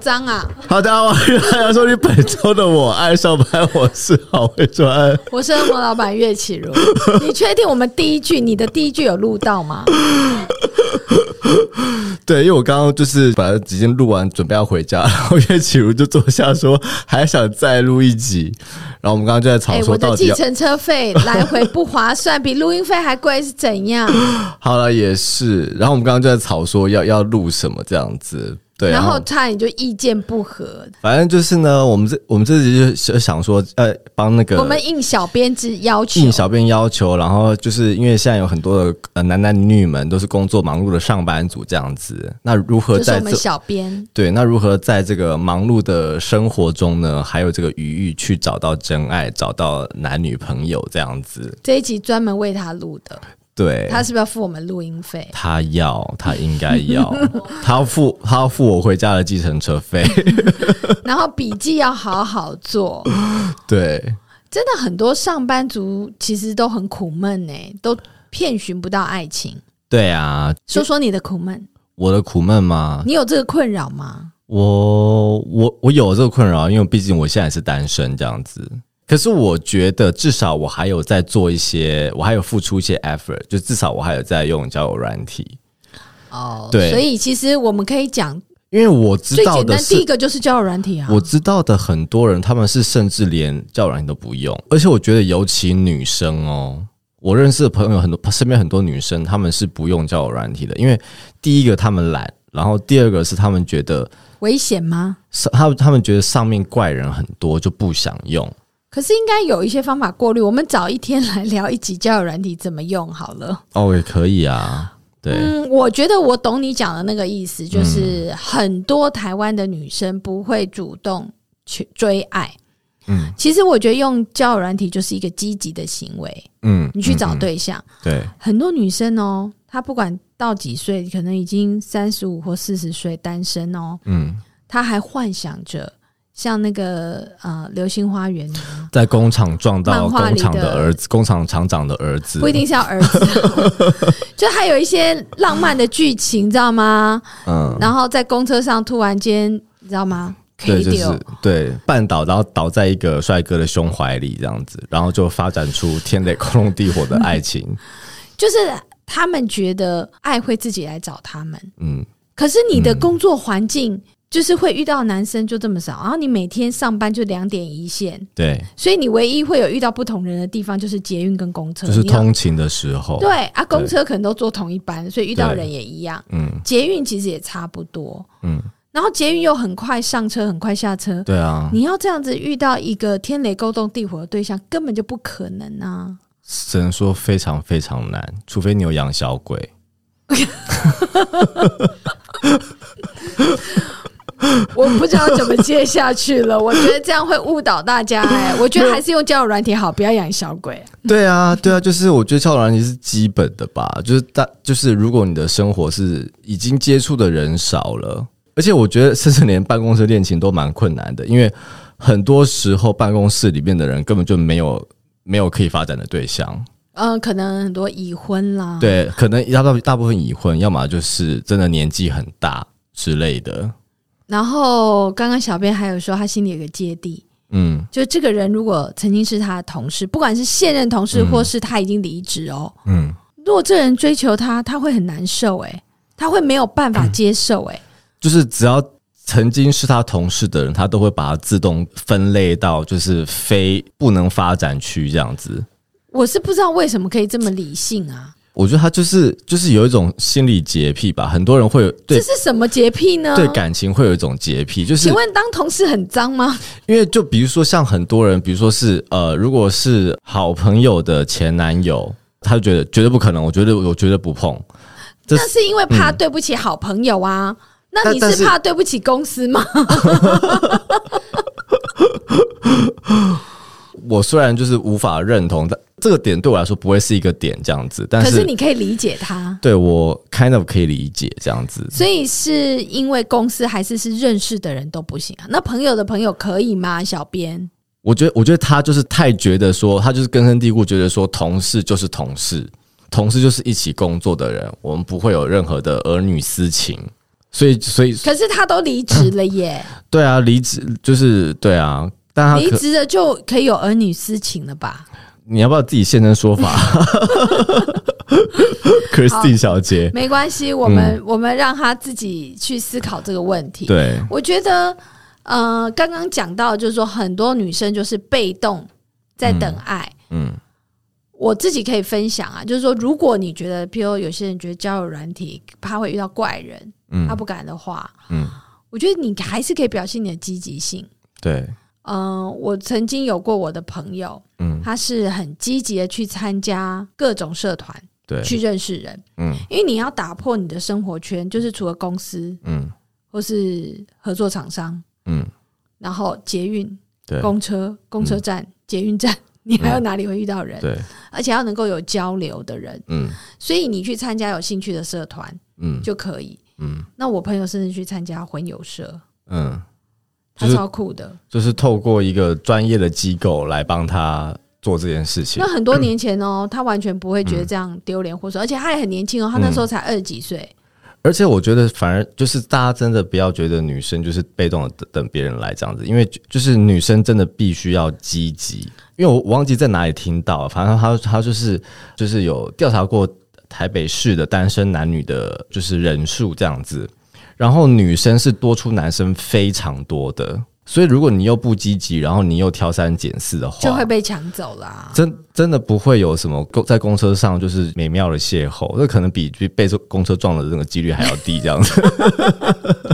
脏啊！好的，我大家收听本周的《我爱上班》，我哎是郝慧川。我是恶魔老板岳启 如，你确定我们第一句你的第一句有录到吗？对，因为我刚刚就是把它已经录完，准备要回家，然后岳启如就坐下说还想再录一集，然后我们刚刚就在哎、吵说我到的底啊计要、程车费来回不划算， 比录音费还贵是怎样？好了也是，然后我们刚刚就在吵说要要录什么这样子，对，啊然后差点就意见不合，反正就是呢，我们这我们这集就想说呃帮那个我们应小编之要求应，小编要求，然后就是因为现在有很多的呃男男女女们都是工作忙碌的上班族这样子，那如何就是我在们这小编。对那如何在这个忙碌的生活中呢，还有这个余裕去找到真爱，找到男女朋友这样子？这一集专门为他录的，对，他是不是要付我们录音费？ 他要，他应该要，他要付他要付我回家的计程车费。然后笔记要好好做。对，真的很多上班族其实都很苦闷呢、都遍寻不到爱情。对啊，说说你的苦闷，我的苦闷嘛，你有这个困扰吗？我我我有这个困扰，因为毕竟我现在是单身这样子。可是我觉得至少我还有在做一些，我还有付出一些 effort，就至少我还有在用交友软体，哦，对所以其实我们可以讲因为我知最道简的单，第一是。个就是交友软体啊。我知道的很多人，他们是甚至连交友软体都不用，而且我觉得尤其女生哦，我认识的朋友很多，身边很多女生她们是不用交友软体的，因为第一个她们懒，然后第二个是她们觉得危险吗？上，她她们觉得上面怪人很多，就不想用。可是应该有一些方法过滤。我们找一天来聊一集交友软体怎么用好了。哦，也可以啊，对，嗯，我觉得我懂你讲的那个意思，就是很多台湾的女生不会主动去追爱。嗯其实我觉得用交友软体就是一个积极的行为，嗯，你去找嗯，对象。嗯对，很多女生哦，她不管到几岁，可能已经三十五或四十岁单身哦，嗯，她还幻想着像那个呃《流星花园》一样，在工厂撞到漫画工里厂的的儿子，工厂厂长的儿子，不一定是要儿 子，就还有一些浪漫的剧情，你知道吗？嗯，然后在公车上突然间，你知道吗？可对，以就丢，是对绊倒，然后倒在一个帅哥的胸怀里，这样子，然后就发展出天雷勾动地火的 爱情，就是他们觉得爱会自己来找他们。嗯，可是你的工作环境就是会遇到男生就这么少，然后你每天上班就两点一线，对，所以你唯一会有遇到不同人的地方就是捷运跟公车，就是你要通勤的时候，对啊，公车可能都坐同一班，所以遇到人也一样。嗯捷运其实也差不多，嗯，然后捷运又很快上车，很快下车。对啊，你要这样子遇到一个天雷勾动地火的对象，根本就不可能啊！只能说非常非常难，除非你有养小鬼，我不知道怎么接下去了。我觉得这样会误导大家、 哎，我觉得还是用交友软体好，不要养小鬼。对啊，对啊，就是我觉得交友软体是基本的吧，就是大，就是如果你的生活是已经接触的人少了，而且我觉得甚至连办公室恋情都蛮困难的，因为很多时候办公室里面的人根本就没有没有可以发展的对象，嗯、可能很多已婚啦，对，可能要大大部分已婚，要么就是真的年纪很大之类的，然后刚刚小编还有说，他心里有个芥蒂，嗯就这个人如果曾经是他的同事，不管是现任同事嗯或是他已经离职哦，嗯，如果这人追求他，他会很难受、欸，他会没有办法接受、欸，就是只要。曾经是他同事的人，他都会把它自动分类到就是非不能发展区这样子。我是不知道为什么可以这么理性啊，我觉得他就是就是有一种心理洁癖吧，很多人会有这对是什么洁癖呢？对感情会有一种洁癖，就是请问当同事很脏吗？因为就比如说像很多人，比如说是呃，如果是好朋友的前男友，他就觉得绝对不可能，我觉得我绝对不碰。这那是因为怕对不起好朋友啊。那你但但是是怕对不起公司吗？我虽然就是无法认同，但这个点对我来说不会是一个点这样子，但可是是你可以理解他，对我 kind of 可以理解这样子。所以是因为公司还是是认识的人都不行啊？那朋友的朋友可以吗？小编，我觉得，我觉得他就是太觉得说，他就是根深蒂固觉得说，同事就是同事，同事就是一起工作的人，我们不会有任何的儿女私情。所以所以可是他都离职了耶，对啊，离职就是对啊，但他离可职了就可以有儿女私情了吧？你要不要自己现身说法？Christine 小姐，没关系，我们、我们让他自己去思考这个问题。嗯对我觉得，呃，刚刚讲到就是说，很多女生就是被动在等爱。嗯，我自己可以分享啊，就是说，如果你觉得，譬如有些人觉得交友软体怕会遇到怪人，嗯他不敢的话，嗯，我觉得你还是可以表现你的积极性。对，嗯、我曾经有过我的朋友，嗯他是很积极的去参加各种社团，对，去认识人，嗯因为你要打破你的生活圈，就是除了公司嗯或是合作厂商，嗯，然后捷运、对嗯公车、公车站、捷运站， 你还有哪里会遇到人？对，而且要能够有交流的人，嗯所以你去参加有兴趣的社团嗯就可以。嗯那我朋友甚至去参加婚友社，嗯，就他是超酷的。就是透过一个专业的机构来帮他做这件事情那。很多年前哦，嗯他完全不会觉得这样丢脸或者，而且他也很年轻哦，他那时候才二十几岁。嗯而且我觉得，反而就是大家真的不要觉得女生就是被动的等等别人来这样子，因为就就是女生真的必须要积极。因为我我忘记在哪里听到，反正他他就是就是有调查过台北市的单身男女的，就是人数这样子，然后女生是多出男生非常多的，所以如果你又不积极，然后你又挑三拣四的话，就会被抢走啦。真真的不会有什么公在公车上就是美妙的邂逅，那可能比比被公车撞的那个几率还要低，这样子。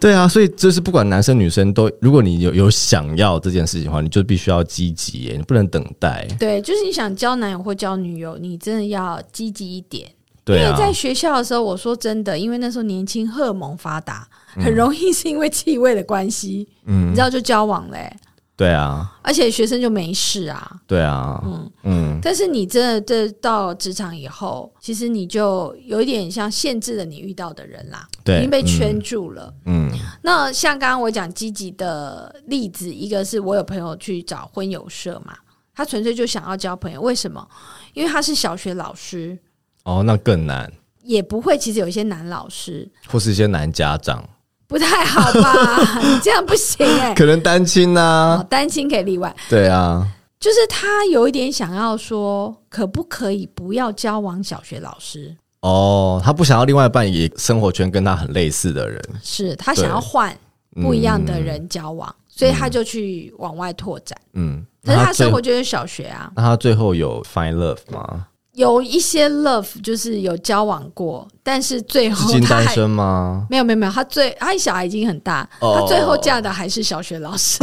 对啊，所以就是不管男生女生都，如果你有有想要这件事情的话，你就必须要积极耶，你不能等待。对，就是你想交男友或交女友，你真的要积极一点。对因为啊，在学校的时候，我说真的，因为那时候年轻，荷尔蒙发达，很容易是因为气味的关系，你嗯知，道就交往嘞、对啊，而且学生就没事啊。对啊，嗯嗯，但是你真的这到职场以后，其实你就有一点像限制了你遇到的人啦，已对，经被圈住了。嗯，那像刚刚我讲积极的例子，一个是我有朋友去找婚友社嘛，他纯粹就想要交朋友，为什么？因为他是小学老师，哦，那更难，也不会。其实有一些男老师，或是一些男家长，不太好吧？ 你这样不行哎、可能单亲哦，啊，单亲可以例外，对啊，就是他有一点想要说，可不可以不要交往小学老师？哦，他不想要另外一半也生活圈跟他很类似的人，是他想要换不一样的人交往，所以他就去往外拓展。嗯，可是那他最生活就是小学啊，那他最后有 find love 吗？有一些 love 就是有交往过，但是最至后今他单还身吗？没有没有没有，他最他小孩已经很大，哦他最后嫁的还是小学老师。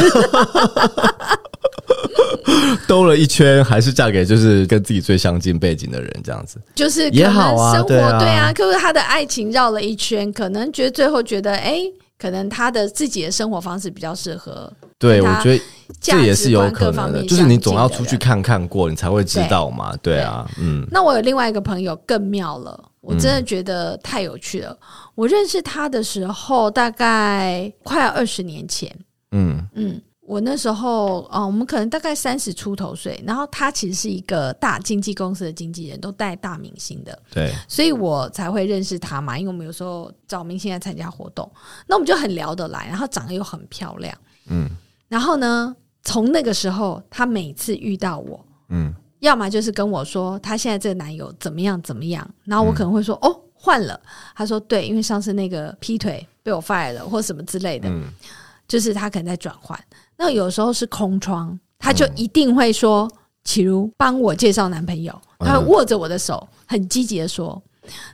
兜了一圈，还是嫁给就是跟自己最相近背景的人，这样子。就是可也能好啊生活对啊可是他的爱情绕了一圈，可能觉得最后觉得，哎、可能他的自己的生活方式比较适合，对，跟我他觉得价这也值是有观可各能方的，面就是你相总近要的出去人。看看过，你才会知道嘛。对啊，嗯那我有另外一个朋友更妙了，我真的觉得太有趣了。我认识他的时候，大概快二十年前，嗯嗯。我那时候，呃，我们可能大概三十出头岁，然后他其实是一个大经纪公司的经纪人，都带大明星的。对，所以我才会认识她嘛，因为我们有时候找明星来参加活动，那我们就很聊得来，然后长得又很漂亮，嗯然后呢，从那个时候，她每次遇到我，嗯要么就是跟我说她现在这个男友怎么样怎么嗯样，然后我可能会说、哦换了，她说对，因为上次那个劈腿被我 fire 了或什么之类的，嗯，就是她可能在转换。那有时候是空窗，她嗯就一定会说：“启如，帮我介绍男朋友。”嗯她会握着我的手，很积极的说。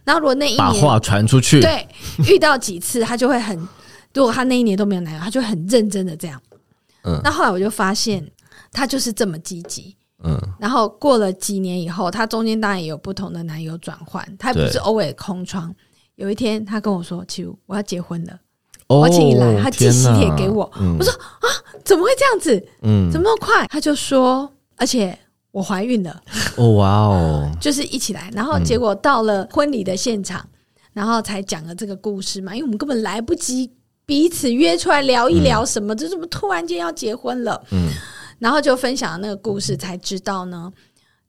然后如果那一把年话传出去。对遇到几次，她就会很，如果她那一年都没有男友，她就会很认真的这样。嗯那后来我就发现，她就是这么积极。嗯然后过了几年以后，她中间当然也有不同的男友转换，她也不是对 always 空窗。有一天，她跟我说：“启如，我要结婚了。”哦，我请你来他寄天喜帖哪给我嗯我说怎么会这样子？嗯怎么那么快？他就说，而且我怀孕 了，哦哇哦，就是一起来。然后结果到了婚礼的现嗯场，然后才讲了这个故事嘛，因为我们根本来不及彼此约出来聊一聊什么，这怎么突然间要结婚了？嗯然后就分享了那个故事，才知道呢，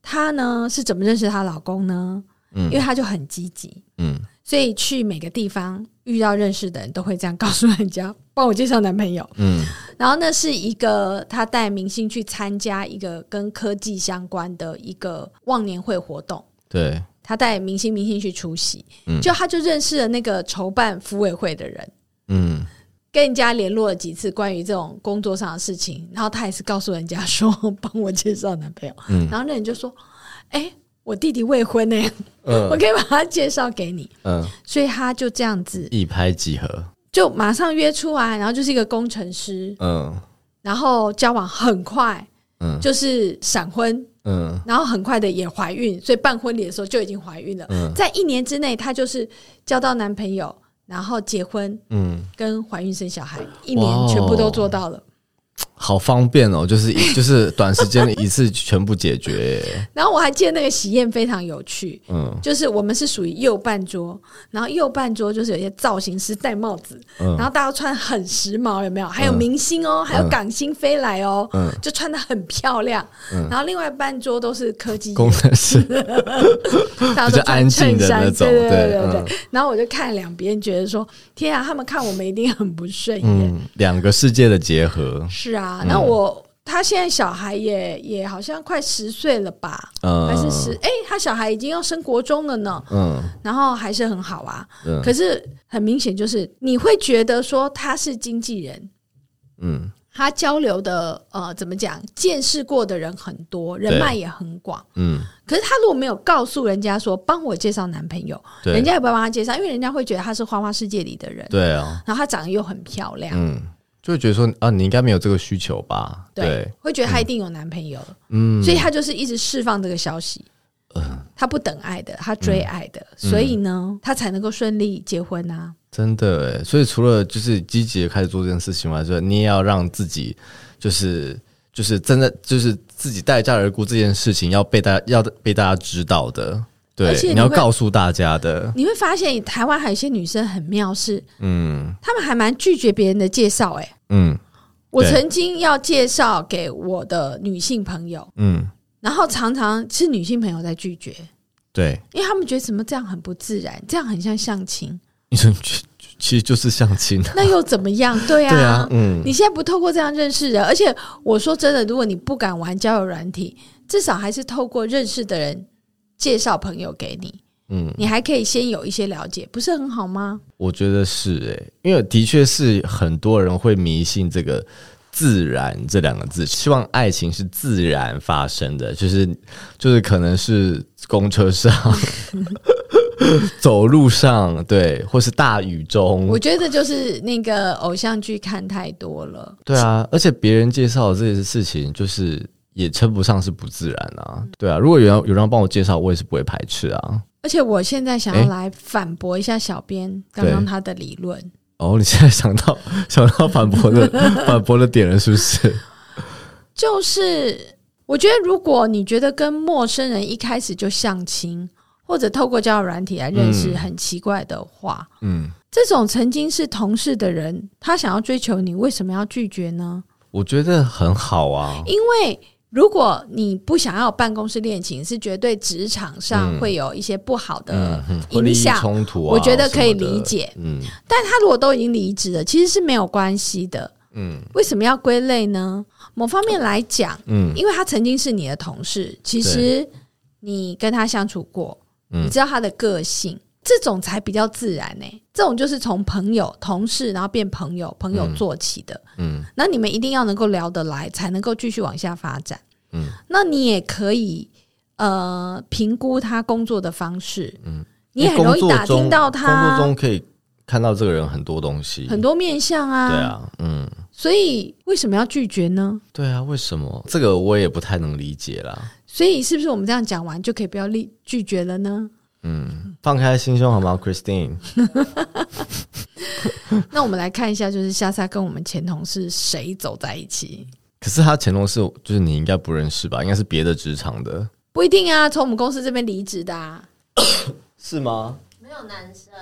她呢是怎么认识她老公呢？嗯因为她就很积极，嗯所以去每个地方遇到认识的人都会这样告诉人家，帮我介绍男朋友。嗯，然后那是一个他带明星去参加一个跟科技相关的一个忘年会活动，对，他带明星明星去出席，嗯就他就认识了那个筹办服委会的人。嗯，跟人家联络了几次关于这种工作上的事情，然后他也是告诉人家说 帮我介绍男朋友，嗯然后那人就说：“哎、我弟弟未婚呢、 我嗯可以把他介绍给你。嗯，”所以他就这样子一拍即合，就马上约出来，然后就是一个工程师，嗯然后交往很快，嗯就是闪婚，嗯然后很快的也怀孕，所以办婚礼的时候就已经怀孕了。嗯在一年之内，她就是交到男朋友，然后结婚嗯，跟怀孕生小孩，一哇哦年全部都做到了。好方便哦，就 是一就是短时间一次全部解决耶，然后我还记得那个喜宴非常有趣，嗯就是我们是属于右半桌，然后右半桌就是有一些造型师戴帽子，然嗯后大家穿很时髦，有没有？还有嗯明星哦，还有港星飞来哦，嗯就穿的很漂亮。嗯然后另外半桌都是科技业，工程 师，大家比较都穿安静衬的衫，那种，对对对对嗯然后我就看两边，觉得说天啊，他们看我们一定很不顺眼。嗯，两个世界的结合，是啊，那我。他现在小孩也也好像快十岁了吧，嗯，还是十？哎、他小孩已经要升国中了呢。嗯然后还是很好啊。嗯可是很明显，就是你会觉得说他是经纪人，嗯他交流的呃怎么讲，见识过的人很多，人脉也很广。嗯，可是他如果没有告诉人家说帮我介绍男朋友，对，人家也不会帮他介绍，因为人家会觉得他是花花世界里的人，对啊，然后他长得又很漂亮，嗯，就会觉得说啊，你应该没有这个需求吧？对，对，会觉得他一定有男朋友，嗯，所以他就是一直释放这个消息。他不等爱的，他追爱的，嗯所以呢，他才能够顺利结婚啊。真的哎，所以除了就是积极的开始做这件事情外，之外，你也要让自己就是就是真的就是自己待价而沽这件事情要被大家要被大家知道的，对而且，你要会告诉大家的，你会发现台湾还有一些女生很妙是，嗯她们还蛮拒绝别人的介绍。哎，嗯我对曾经要介绍给我的女性朋友，嗯，然后常常是女性朋友在拒绝，对，因为她们觉得怎么这样很不自然，这样很像相亲， 你说其实就是相亲，那又怎么样？ 对啊。对啊，嗯你现在不透过这样认识人，而且我说真的，如果你不敢玩交友软体，至少还是透过认识的人介绍朋友给你，嗯。你还可以先有一些了解，不是很好吗？我觉得是诶、因为的确是很多人会迷信这个“自然”这两个字，希望爱情是自然发生的，就是就是可能是公车 上、走路上，对，或是大雨中我。觉得就是那个偶像剧看太多了。对啊，而且别人介绍的这些事情，就是也称不上是不自然啊。对啊，如果有人有人帮我介绍，我也是不会排斥啊。而且我现在想要诶来反驳一下小编刚刚对他的理论，哦，你现在想到想到反驳的反驳的点了，是不是？就是我觉得如果你觉得跟陌生人一开始就相亲，或者透过交友软体来认识嗯很奇怪的话，嗯。这种曾经是同事的人，他想要追求你，为什么要拒绝呢？我觉得很好啊，因为如果你不想要有办公室恋情，是绝对职场上嗯会有一些不好的嗯，嗯或利影益响。冲突啊，我觉得可以什么的理解，嗯但他如果都已经离职了，其实是没有关系的。嗯为什么要归类呢？某方面来讲，嗯因为他曾经是你的同事，其实你跟他相处过，嗯你知道他的个性，这种才比较自然呢、这种就是从朋友、同事，然后变朋友，朋友做起的。嗯那你们一定要能够聊得来，才能够继续往下发展。嗯，那你也可以呃评估他工作的方式，嗯，你也很因为容易工作打听中到工作他中可以看到这个人很多东西，很多面相啊。对，啊，嗯，所以为什么要拒绝呢？对啊，为什么这个我也不太能理解啦？所以是不是我们这样讲完就可以不要立拒绝了呢？放开心胸好吗，Christine？那我们来看一下，就是夏夏跟我们前同事谁走在一起？可是他前同事就是你应该不认识吧？应该是别的职场的，不一定啊，从我们公司这边离职的、啊。是吗？没有男生，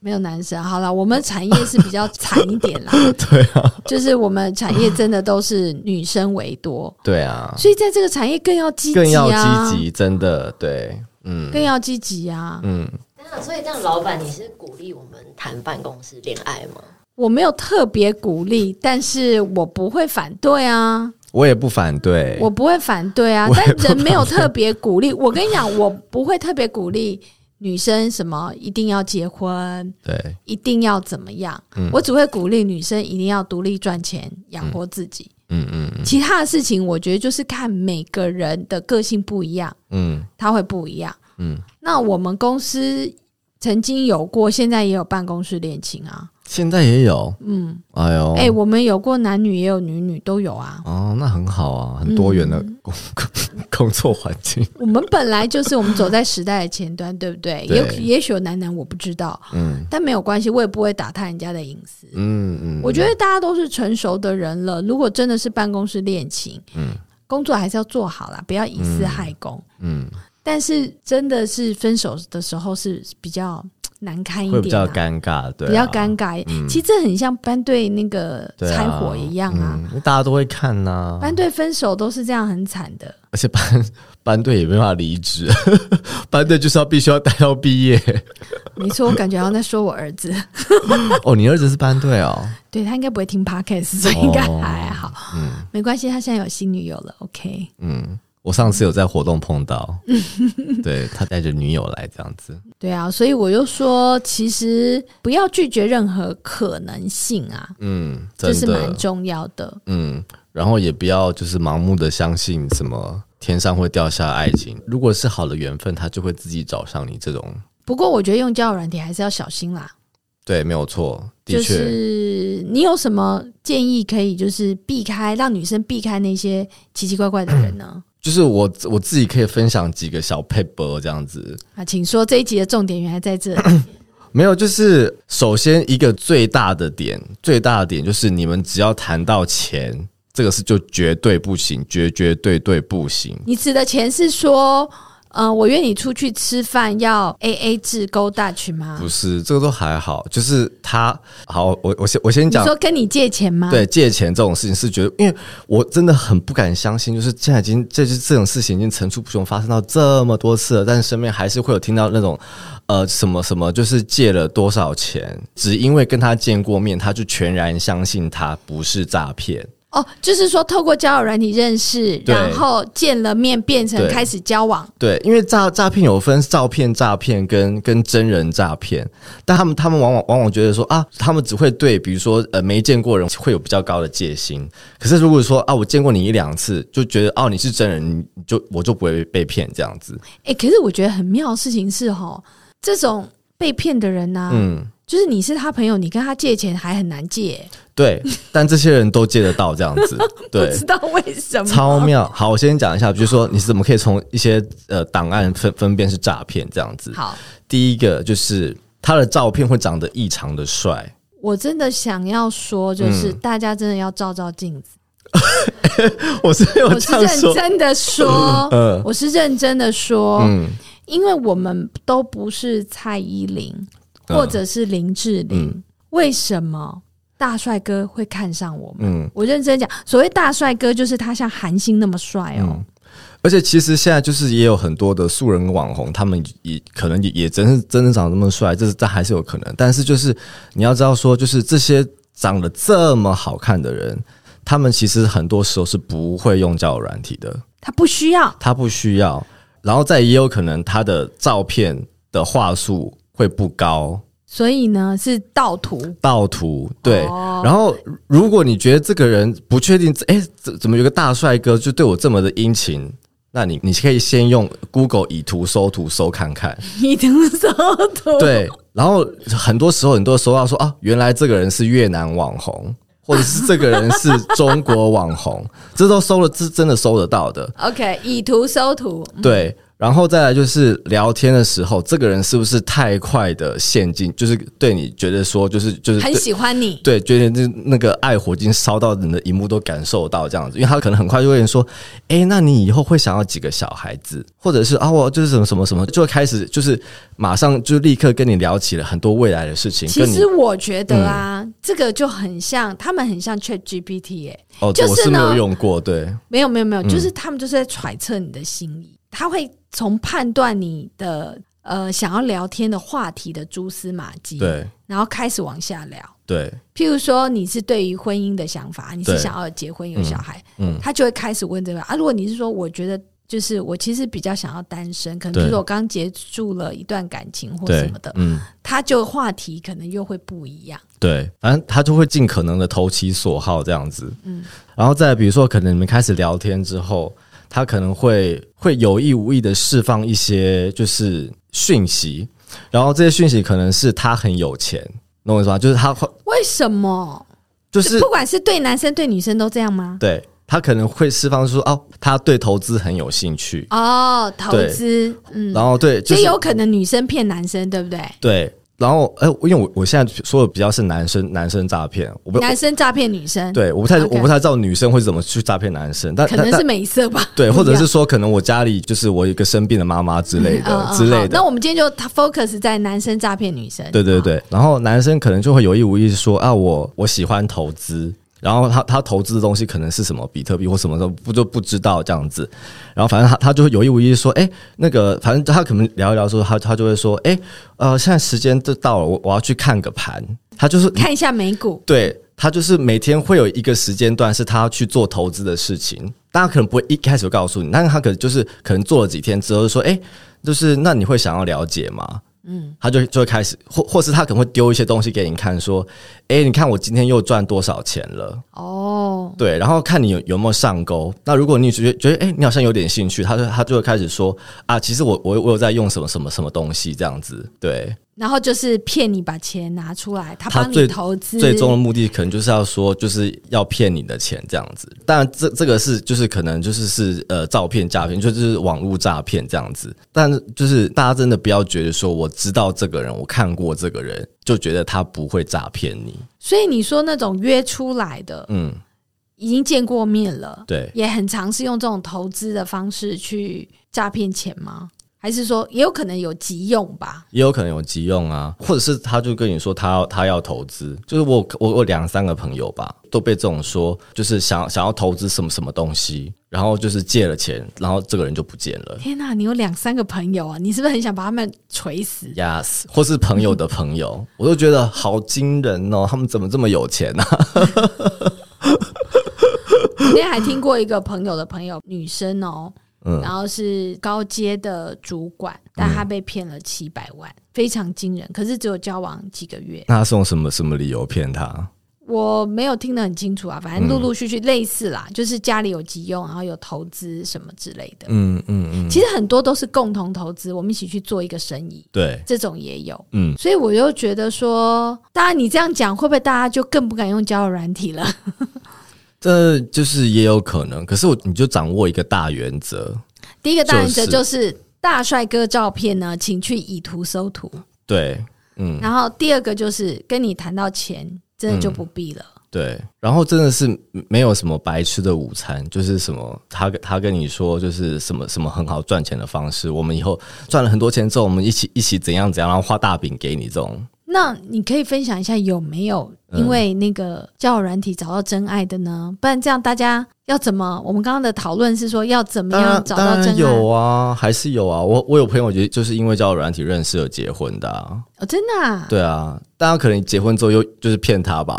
没有男生，啊好了，我们产业是比较惨一点啦， 对啊，就是我们产业真的都是女生为多，对啊，所以在这个产业更要积极、啊，更要积极，真的，对，嗯更要积极啊！嗯，但天啊！所以这样，老板你是鼓励我们谈办公室恋爱吗？我没有特别鼓励，但是我不会反对啊，我也不反对。我不会反对啊。我也但不人没有特别鼓励，我跟你讲，我不会特别鼓励女生什么一定要结婚，对，一定要怎么样。嗯我只会鼓励女生一定要独立赚钱养活自己。嗯嗯其他的事情，我觉得就是看每个人的个性不一样，嗯他会不一样。嗯，那我们公司曾经有过，现在也有办公室恋情啊。现在也有。嗯，哎呦，哎、我们有过男女，也有女女，都有啊。哦，那很好啊，很多元的嗯工、 工作环 境。我们本来就是我们走在时代的前端，对不对？对也也许有男男，我不知道，嗯但没有关系，我也不会打探人家的隐私。嗯嗯，我觉得大家都是成熟的人了，如果真的是办公室恋情，嗯工作还是要做好啦，不要以私害公。嗯但是真的是分手的时候是比较难堪一会点、啊，比较尴尬，对、啊，比较尴尬。嗯其实这很像班队那个对拆伙一样啊，嗯因为大家都会看呐、班队分手都是这样很惨的。而且班班队也没办法离职， 班队就是要必须要待到 毕业。没错，我感觉好像在说我儿子， 哦，你儿子是班队哦，对他应该不会听 podcast，所以应该哦还好，嗯没关系。他现在有新女友了，OK。嗯，我上次有在活动碰到，对他带着女友来这样子，对啊，所以我就说，其实不要拒绝任何可能性啊，嗯，这真是蛮的，重要的。嗯，然后也不要就是盲目的相信什么天上会掉下爱情，如果是好的缘分，他就会自己找上你这种，不过我觉得用交友软体还是要小心啦，对，没有错，的就确，是你有什么建议可以就是避开，让女生避开那些奇奇怪怪的人 呢？就是我我自己可以分享几个小 paper 这样子，啊，请说这一集的重点原来在这里。 没有，就是首先一个最大的点，最大的点就是你们只要谈到钱，这个是就绝对不行，绝绝对对不行。你指的钱是说，呃，我约你出去吃饭要 A A 制勾大群吗不？是，这个都还好，就是他好，我我先我先你讲，说跟你借钱吗？对借钱这种事情是觉得，因为我真的很不敢相信，就是现在已经这就是这种事情已经层出不穷，发生到这么多次了，但是身边还是会有听到那种呃什么什么，就是借了多少钱，只因为跟他见过面，他就全然相信他不是诈骗。哦，就是说透过交友软体认识，对然后见了面变成对开始交往。对，因为诈诈骗有分照片诈骗跟跟真人诈骗，但他们他们往往往往觉得说啊，他们只会对比如说呃没见过人会有比较高的戒心，可是如果说啊我见过你一两次，就觉得哦你是真人，你就我就不会被骗这样子。哎、可是我觉得很妙的事情是，吼，这种被骗的人呐、嗯，就是你是他朋友，你跟他借钱还很难借、 对，但这些人都借得到这样子，不对。知道为什么。超妙！好，我先讲一下，比如说你是怎么可以从一些呃档案分分辨是诈骗这样子。好，第一个就是他的照片会长得异常的帅，我真的想要说，就是、嗯大家真的要照照镜子。 我是没有我是这样认说，真的说，嗯我是认真的说，嗯，因为我们都不是蔡依林嗯或者是林志玲，为什么大帅哥会看上我们？嗯，我认真讲，所谓大帅哥，就是他像韩星那么帅哦。嗯而且其实现在就是也有很多的素人网红，他们也可能也也真是真的长得那么帅，这是这还是有可能。但是就是你要知道说，就是这些长得这么好看的人，他们其实很多时候是不会用交友软体的，他不需要，他不需要。然后再也有可能他的照片的话术会不高，所以呢是盗图。盗图，对。哦然后，如果你觉得这个人不确定，哎，怎怎么有个大帅哥就对我这么的殷勤？那你你可以先用 Google 以图搜图搜看看，你图搜图，对。然后很多时候，很多时候要说啊，原来这个人是越南网红，或者是这个人是中国网红， 这都搜了，这真的搜得到的。 ，OK，以图搜图，对，然后再来就是聊天的时候，这个人是不是太快的陷进，就是对你觉得说，就是就是很对喜欢你。对，觉得那那个爱火已经烧到你的荧幕都感受到这样子，因为他可能很快就会问说，哎、那你以后会想要几个小孩子，或者是啊，我就是什么什么什么，就会开始就是马上就立刻跟你聊起了很多未来的事情，其跟你实我觉得啊，嗯这个就很像，他们很像 Chat GPT 耶、哦，就是我是没有呢用过，对，没嗯有没有没有，就是他们就是在揣测你的心意，他会从判断你的呃想要聊天的话题的蛛丝马迹，对然后开始往下聊。对譬如说，你是对于婚姻的想法，你是对想要结婚有小孩，嗯他就会开始问这个啊。如果你是说，我觉得就是我其实比较想要单身，可能对比如说我刚结束了一段感情或什对么的，嗯他就话题可能又会不一样。对，反正他就会尽可能的投其所好这样子。嗯然后再比如说，可能你们开始聊天之后，他可能会会有意无意的释放一些就是讯息，然后这些讯息可能是他很有钱，懂我意思吗？就是他会为什么？就是不管是对男生对女生都这样吗？对他可能会释放出哦，他对投资很有兴趣，哦，投资，嗯，然后对，就所以是有可能女生骗男生，对不对？对。然后，哎、因为我我现在说的比较是男生男生诈骗，我不男生诈骗女生，，对我不太 OK 我不太知道女生会怎么去诈骗男生，但可但能但是美色吧。对，不一或者样是说，可能我家里就是我有一个生病的妈妈之类嗯的嗯之类好的那。我嗯们今天就 focus 在男生诈骗女生。对对好，对，然后男生可能就会有意无意说啊，我我喜欢投资，然后他他投资的东西可能是什么比特币或什么的，不就不知道这样子。然后反正他他就会有意无意说，哎，那个反正他可能聊一聊说，他他就会说，哎，呃，现在时间就到了，我我要去看个盘。他就是看一下美股，对他就是每天会有一个时间段是他要去做投资的事情，大家可能不会一开始就告诉你，但是他可能就是可能做了几天之后就说，哎、就是那你会想要了解吗？嗯，他就就会开始，或或是他可能会丢一些东西给你看，说，哎、你看我今天又赚多少钱了，哦，对，然后看你有有没有上钩。那如果你觉得觉得，哎、你好像有点兴趣，他就他就会开始说，啊，其实我我我有在用什么什么什么东西这样子，对，然后就是骗你把钱拿出来，他他啊帮你最投资，最终的目的可能就是要说，就是要骗你的钱这样子。当然，这这个是就是可能就是是呃照片诈骗，就是网络诈骗这样子。但就是大家真的不要觉得说我知道这个人，我看过这个人，就觉得他不会诈骗你。所以你说那种约出来的，嗯，已经见过面了，对，也很常是用这种投资的方式去诈骗钱吗？还是说也有可能有急用吧？也有可能有急用啊，或者是他就跟你说他要他要投资，就是我我我两三个朋友吧，都被这种说，就是想想要投资什么什么东西，然后就是借了钱，然后这个人就不见了。天哪、你有两三个朋友啊，你是不是很想把他们锤死？ Yes，或是朋友的朋友，我都觉得好惊人哦，他们怎么这么有钱呢、啊？ 我今天还听过一个朋友的朋友，女生哦，嗯然后是高阶的主管，但她被骗了七百万，非常惊人。可是只有交往几个月，那他是用什么什么理由骗他？我没有听得很清楚啊，反正陆陆续续类似啦，就是家里有急用，然后有投资什么之类的。嗯嗯嗯，其实很多都是共同投资，我们一起去做一个生意，对，这种也有。嗯，所以我又觉得说，当然你这样讲，会不会大家就更不敢用交友软体了？ 这就是也有可能。可是我你就掌握一个大原则，第一个大原则就、就是大帅哥照片呢，请去以图搜图。对，嗯然后第二个就是跟你谈到钱，真的就不必了。对。然后真的是没有什么白吃的午餐，就是什么他他跟你说就是什么什么很好赚钱的方式，我们以后赚了很多钱之后，我们一起一起怎样怎样，然后画大饼给你这种。那你可以分享一下有没有因为那个交友软体找到真爱的呢？嗯不然这样大家要怎么？我们刚刚的讨论是说要怎么当然样找到当真然爱？有啊，还是有啊。我我有朋友就就是因为交友软体认识而结婚的、啊，哦，真的、 啊，对啊。大家可能结婚之后又就是骗他吧，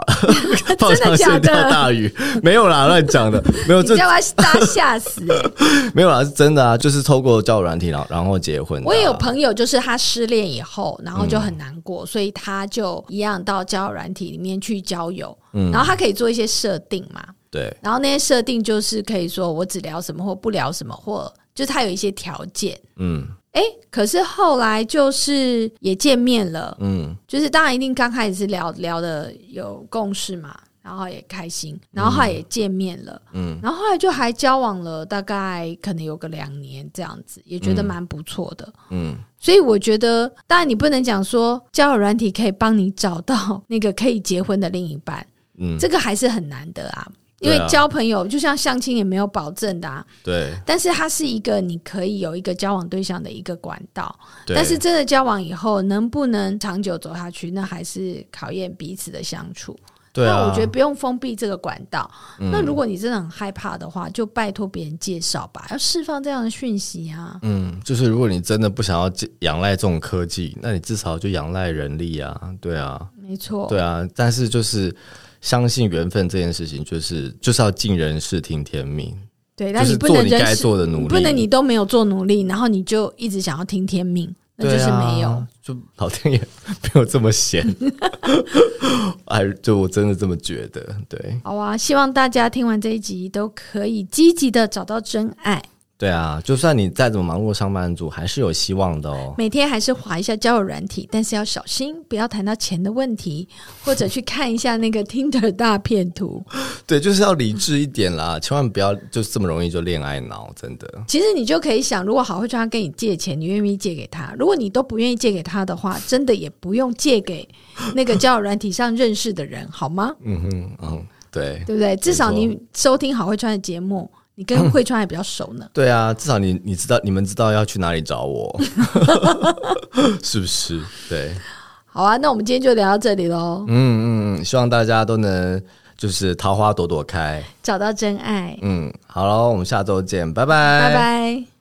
放真的上假线钓的？大鱼， 没有啦，乱讲的，没有你这啊这啊样把大家吓死、 欸！没有啦，是真的啊，就是透过交友软体然后然后结婚、的啊我也有朋友，就是他失恋以后，然后就很难嗯过，所以他就一样到交友软体里面去交友，嗯然后他可以做一些设定嘛，对然后那些设定就是可以说我只聊什么或不聊什么，或就是他有一些条件。嗯诶，可是后来就是也见面了，嗯就是当然一定刚开始是聊聊的有共识嘛，然后也开心，然后后来也见面了，嗯然后后来就还交往了大概可能有个两年这样子，也觉得蛮不错的。嗯，所以我觉得，当然你不能讲说交友软体可以帮你找到那个可以结婚的另一半，嗯这个还是很难的啊。因对啊为交朋友就像相亲也没有保证的啊，对但是它是一个你可以有一个交往对象的一个管道。对，但是真的交往以后，能不能长久走下去，那还是考验彼此的相处。对啊嗯那我觉得不用封闭这个管道。那如果你真的很害怕的话，就拜托别人介绍吧，要释放这样的讯息啊。嗯，就是如果你真的不想要仰赖这种科技，那你至少就仰赖人力啊，对啊，没错，对啊。但是就是相信缘分这件事情，就是就是要尽人事听天命，对，就但是不做能你人该事做的努力，不能你都没有做努力，然后你就一直想要听天命，那对就是没有。啊、就老天爷没有这么闲， 哎，就我真的这么觉得，对好啊，希望大家听完这一集都可以积极的找到真爱，对啊，就算你再怎么忙碌，上班族还是有希望的哦。每天还是划一下交友软体，但是要小心，不要谈到钱的问题，或者去看一下那个 Tinder 大片图。 对，就是要理智一点啦，千万不要就这么容易就恋爱脑，真的。其实你就可以想，如果好会专跟你借钱，你愿不愿意借给他？如果你都不愿意借给他的话，真的也不用借给那个交友软体上认识的人，好吗？嗯哼，嗯，对，对不对？至少没错你收听好会穿的节目，你跟会穿还比较熟呢。对啊，至少你你知道你们知道要去哪里找 我，是不是？对，好啊，那我们今天就聊到这里喽，嗯嗯嗯，希望大家都能就是桃花朵朵开。找到真爱，嗯，好喽，我们下周见，拜拜拜。